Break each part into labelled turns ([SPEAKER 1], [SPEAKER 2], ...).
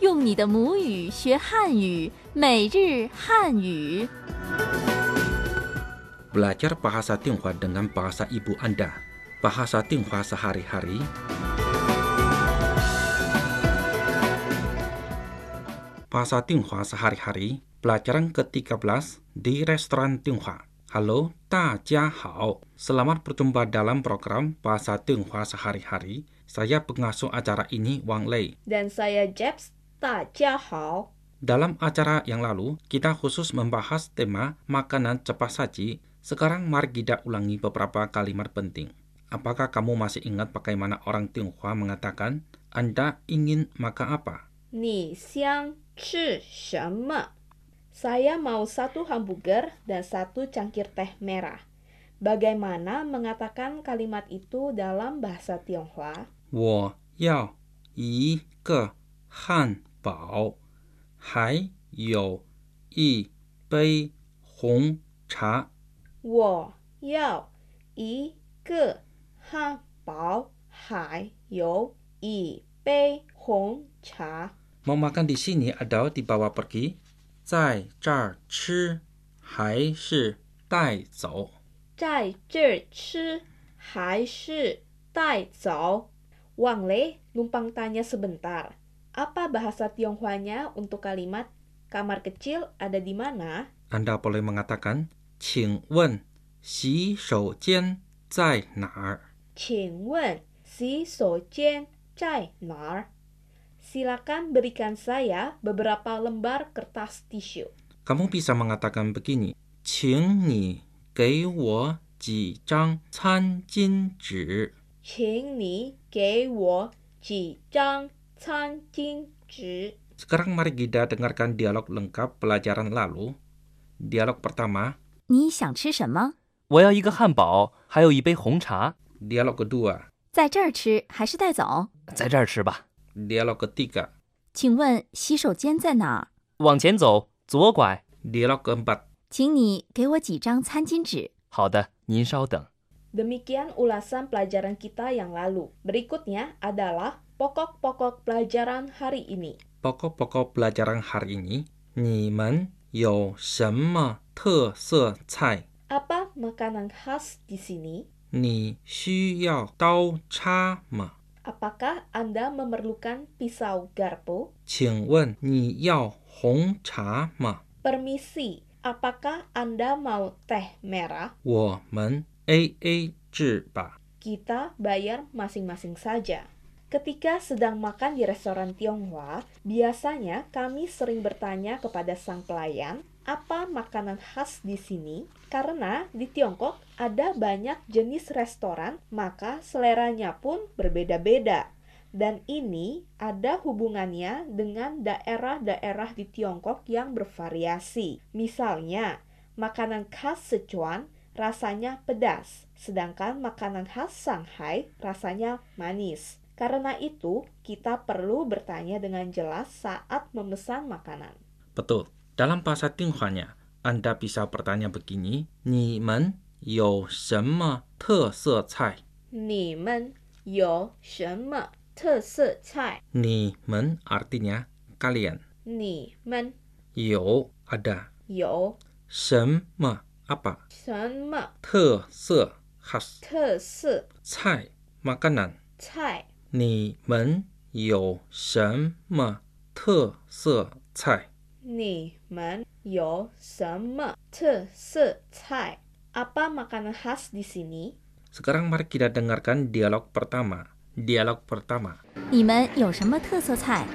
[SPEAKER 1] 用你的母语学汉语，每日汉语。
[SPEAKER 2] Belajar bahasa Tionghoa dengan bahasa ibu Anda. Bahasa Tionghoa sehari-hari. 巴萨定华是哈里哈里，布拉加朗克蒂卡布拉斯，di restoran Tionghoa。Halo, 大家好，Selamat berjumpa dalam program Bahasa Tionghoa Sehari-hari. Saya pengasuh acara ini Wang Lei.
[SPEAKER 3] Dan saya Jeps，大家好。
[SPEAKER 2] Dalam acara yang lalu, kita khusus membahas tema makanan cepat saji. Sekarang mari kita ulangi beberapa kalimat penting. Apakah kamu masih ingat bagaimana orang Tionghoa mengatakan, Anda ingin makan apa?
[SPEAKER 3] 你想吃什么？Saya mau satu hamburger dan satu cangkir teh merah. Bagaimana mengatakan kalimat itu dalam bahasa Tionghoa?
[SPEAKER 2] 我要一个汉堡，还有一杯红茶。
[SPEAKER 3] 我要一个汉堡，还有一杯红茶。
[SPEAKER 2] Mau makan di sini atau dibawa pergi? 在这儿吃还是带走？
[SPEAKER 3] 在这儿吃还是带走？Wang Le, numpang tanya sebentar. Apa bahasa Tionghoanya untuk kalimat kamar kecil ada di mana?
[SPEAKER 2] Anda boleh mengatakan, 请问洗手间在哪儿？
[SPEAKER 3] 请问洗手间在哪儿？Silakan berikan saya beberapa lembar kertas tisu.
[SPEAKER 2] Kamu bisa mengatakan begini, 请你给我几张餐巾纸。
[SPEAKER 3] 请你给我几张餐巾纸。
[SPEAKER 2] Sekarang mari kita dengarkan dialog lengkap pelajaran lalu. Dialog pertama,
[SPEAKER 1] 你想吃什么？
[SPEAKER 4] 我要一个汉堡，还有一杯红茶，
[SPEAKER 2] dialog kedua,
[SPEAKER 1] 在这儿吃还是带走？
[SPEAKER 4] 在这儿吃吧。
[SPEAKER 2] dialog ketiga,
[SPEAKER 1] 请问洗手间在哪儿？
[SPEAKER 4] 往前走，左拐。
[SPEAKER 2] dialog keempat.
[SPEAKER 1] 请你给我几张餐巾纸。
[SPEAKER 4] 好的，您稍等。
[SPEAKER 3] Demikian ulasan pelajaran kita yang lalu. Berikutnya adalah pokok-pokok pelajaran hari ini.
[SPEAKER 2] Pokok-pokok pelajaran hari ini, 你们有什么特色菜？
[SPEAKER 3] Apa makanan khas di sini?
[SPEAKER 2] 你需要刀叉吗？
[SPEAKER 3] Apakah Anda memerlukan pisau garpu?
[SPEAKER 2] 请问你要红茶吗？
[SPEAKER 3] Permisi, apakah Anda mau teh merah?
[SPEAKER 2] 我们 A A 制吧。
[SPEAKER 3] Kita bayar masing-masing saja. Ketika sedang makan di restoran Tionghoa, biasanya kami sering bertanya kepada sang pelayan, apa makanan khas di sini? Karena di Tiongkok ada banyak jenis restoran, maka seleranya pun berbeda-beda. Dan ini ada hubungannya dengan daerah-daerah di Tiongkok yang bervariasi. Misalnya, makanan khas Sichuan rasanya pedas, sedangkan makanan khas Shanghai rasanya manis. Karena itu, kita perlu bertanya dengan jelas saat memesan makanan.
[SPEAKER 2] Betul. Dalam bahasa Tionghoa-nya, Anda bisa bertanya begini, 你们有什么特色菜？
[SPEAKER 3] 你们有什么特色菜？
[SPEAKER 2] 你们 artinya kalian.
[SPEAKER 3] 你们
[SPEAKER 2] Yo ada.
[SPEAKER 3] 有
[SPEAKER 2] Semua apa?
[SPEAKER 3] 什么
[SPEAKER 2] Tese khas
[SPEAKER 3] 特色
[SPEAKER 2] cai makanan.
[SPEAKER 3] 菜？
[SPEAKER 2] 你们有什么特色菜？
[SPEAKER 3] 你们有什么特色菜？Apa makanan khas di sini?
[SPEAKER 2] Sekarang mari kita dengarkan dialog pertama. Dialog pertama.
[SPEAKER 1] 你们有什么特色菜？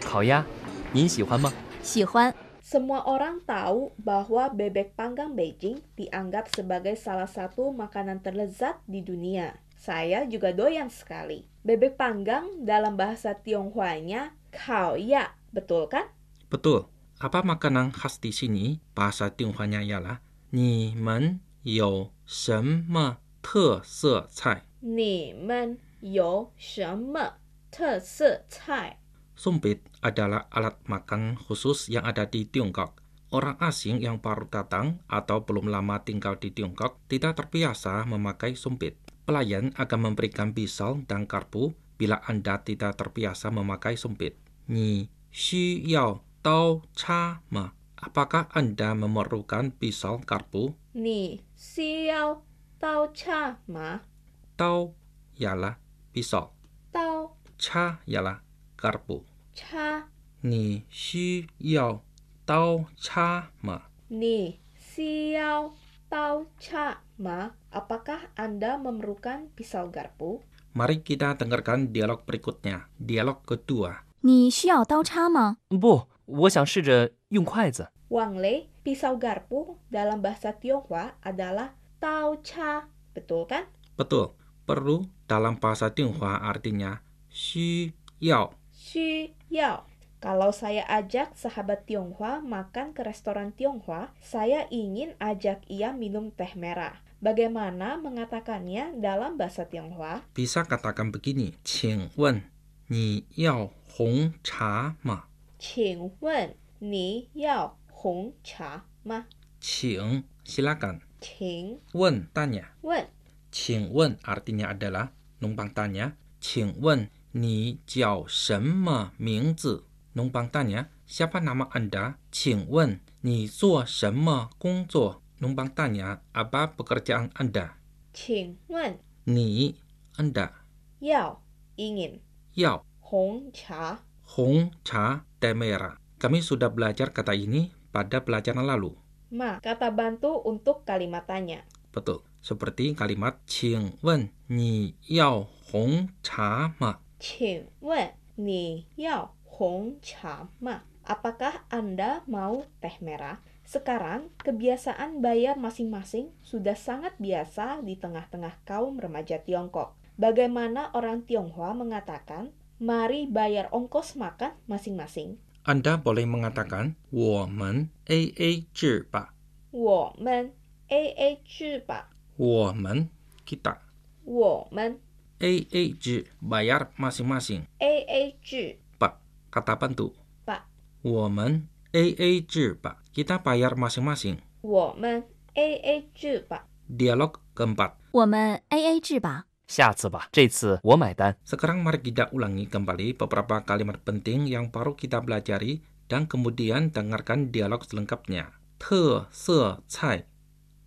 [SPEAKER 4] 烤鸭，您喜欢吗？
[SPEAKER 1] 喜欢。
[SPEAKER 3] Semua orang tahu bahwa bebek panggang Beijing dianggap sebagai salah satu makanan terlezat di dunia. Saya juga doyan sekali. Bebek panggang dalam bahasa Tionghoa-nya kao ya, betul kan?
[SPEAKER 2] Betul. Apa makanan khas di sini? Bahasa Tionghoa-nya ialah 你们有什么特色菜？
[SPEAKER 3] 你们有什么特色菜？
[SPEAKER 2] Sumpit adalah alat makan khusus yang ada di Tiongkok. Orang asing yang baru datang atau belum lama tinggal di Tiongkok tidak terbiasa memakai sumpit. Pelayan akan memberikan pisau dan karpu bila Anda tidak terbiasa memakai sumpit. Ni 需要刀叉吗？Apakah Anda memerlukan pisau garpu?
[SPEAKER 3] 你需要刀叉吗？
[SPEAKER 2] Tau ialah pisau,
[SPEAKER 3] 刀
[SPEAKER 2] cha ialah garpu.
[SPEAKER 3] 叉，
[SPEAKER 2] 你需要刀叉吗？
[SPEAKER 3] 你需要刀叉吗？Apakah Anda memerlukan pisau garpu?
[SPEAKER 2] Mari kita dengarkan dialog berikutnya. Dialog kedua.
[SPEAKER 1] 你需要刀叉吗？
[SPEAKER 4] 不，我想试着用筷子。
[SPEAKER 3] Wang Lei, pisau garpu dalam bahasa Tionghoa adalah tao cha, betul kan?
[SPEAKER 2] Betul. Perlu dalam bahasa Tionghoa artinya xu yao.
[SPEAKER 3] Xu yao. Kalau saya ajak sahabat Tionghoa makan ke restoran Tionghoa, saya ingin ajak ia minum teh merah. Bagaimana mengatakannya dalam bahasa Tionghoa?
[SPEAKER 2] Bisa katakan begini. 请问你要红茶吗？
[SPEAKER 3] Qing wen, ni yao hong cha ma?
[SPEAKER 2] 请 silakan.
[SPEAKER 3] Qing
[SPEAKER 2] 问 tanya.
[SPEAKER 3] wen,
[SPEAKER 2] 请问 artinya adalah numpang tanya. 请问你叫什么名字？numpang tanya siapa nama anda？请问你做什么工作？numpang tanya apa pekerjaan anda？
[SPEAKER 3] qing wen,
[SPEAKER 2] 你 anda
[SPEAKER 3] yao ingin
[SPEAKER 2] 要
[SPEAKER 3] hong cha.
[SPEAKER 2] hong cha teh merah. Kami sudah belajar kata ini pada pelajaran lalu.
[SPEAKER 3] Ma, kata bantu untuk kalimat tanya.
[SPEAKER 2] Betul. Seperti kalimat 请问你要红茶吗？
[SPEAKER 3] 请问你要红茶吗？Apakah Anda mau teh merah? Sekarang, kebiasaan bayar masing-masing sudah sangat biasa di tengah-tengah kaum remaja Tiongkok. Bagaimana orang Tionghoa mengatakan, mari bayar ongkos makan masing-masing?
[SPEAKER 2] Anda boleh mengatakan 我们 AA 制吧。
[SPEAKER 3] 我们 AA 制吧。
[SPEAKER 2] 我们 kita
[SPEAKER 3] 我们
[SPEAKER 2] AA 制 bayar masing-masing.
[SPEAKER 3] AA 制
[SPEAKER 2] Pak kata bantu.
[SPEAKER 3] 吧。
[SPEAKER 2] 我们 AA 制吧 kita bayar masing-masing.
[SPEAKER 3] 我们 AA 制吧。
[SPEAKER 2] Dialog keempat.
[SPEAKER 1] 我们 A A 制吧。
[SPEAKER 4] 下次吧，这次我买单。
[SPEAKER 2] Sekarang mari kita ulangi kembali beberapa kalimat penting yang baru kita pelajari dan kemudian dengarkan dialog selengkapnya. 特色菜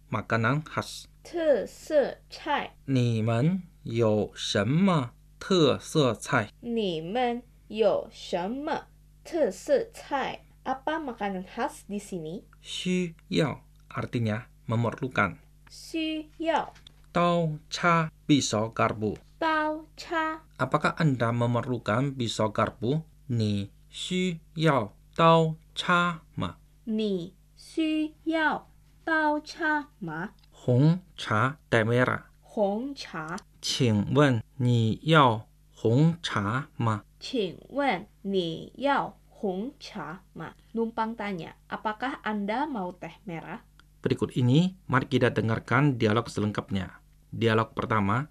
[SPEAKER 2] makanan khas.
[SPEAKER 3] 特色菜
[SPEAKER 2] 你们有什么特色菜？
[SPEAKER 3] 你们有什么特色菜？Apa makanan khas di sini?
[SPEAKER 2] 需要 artinya memerlukan.
[SPEAKER 3] 需要
[SPEAKER 2] Tau cha pisau garpu.
[SPEAKER 3] 刀叉。
[SPEAKER 2] Apakah Anda memerlukan pisau garpu? Ni xu yao tau cha ma.
[SPEAKER 3] 你需要刀叉吗？
[SPEAKER 2] Hong cha teh merah.
[SPEAKER 3] 红茶，
[SPEAKER 2] 请问你要红茶吗？
[SPEAKER 3] 请问你要红茶吗？Numpang tanya, apakah Anda mau teh merah?
[SPEAKER 2] Berikut ini, mari kita dengarkan dialog selengkapnya. Dialog pertama,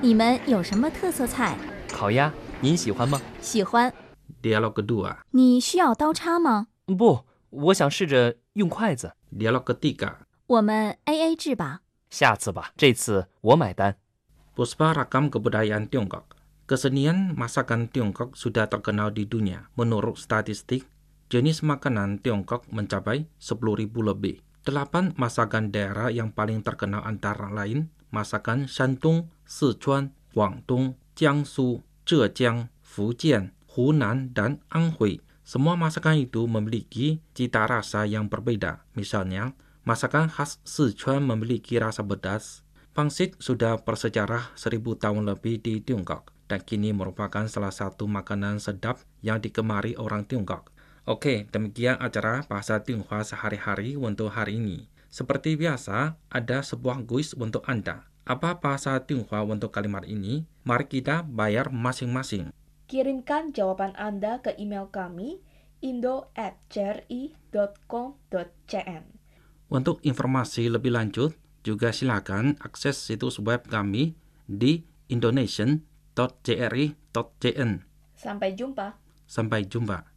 [SPEAKER 1] 你们有什么特色菜？
[SPEAKER 4] 烤鸭，您喜欢吗？
[SPEAKER 1] 喜欢。
[SPEAKER 2] dialog kedua,
[SPEAKER 1] 你需要刀叉吗？
[SPEAKER 4] 不，我想试着用筷子。
[SPEAKER 2] dialog ketiga.
[SPEAKER 1] 我们 A A 制吧。
[SPEAKER 4] 下次吧，这次我买单。
[SPEAKER 2] Puspa Rakam Kebudayaan Tiongkok. Kesenian masakan Tiongkok sudah terkenal di dunia. Menurut statistik, jenis makanan Tiongkok mencapai 10.000 lebih. Delapan masakan daerah yang paling terkenal antara lain masakan Shantung, Sichuan, Guangdong, Jiangsu, Zhejiang, Fujian, Hunan, dan Anhui. Semua masakan itu memiliki cita rasa yang berbeda. Misalnya, masakan khas Sichuan memiliki rasa pedas, Pangsit sudah bersejarah seribu tahun lebih di Tiongkok dan kini merupakan salah satu makanan sedap yang digemari orang Tiongkok. Oke, demikian acara Bahasa Tionghoa sehari-hari untuk hari ini. Seperti biasa, ada sebuah kuis untuk Anda. Apa bahasa Tionghoa untuk kalimat ini? Mari kita bayar masing-masing.
[SPEAKER 3] Kirimkan jawaban Anda ke email kami indo@cri.com.cn.
[SPEAKER 2] Untuk informasi lebih lanjut, juga silakan akses situs web kami di indonesian.jri.jn.
[SPEAKER 3] Sampai jumpa.
[SPEAKER 2] Sampai jumpa.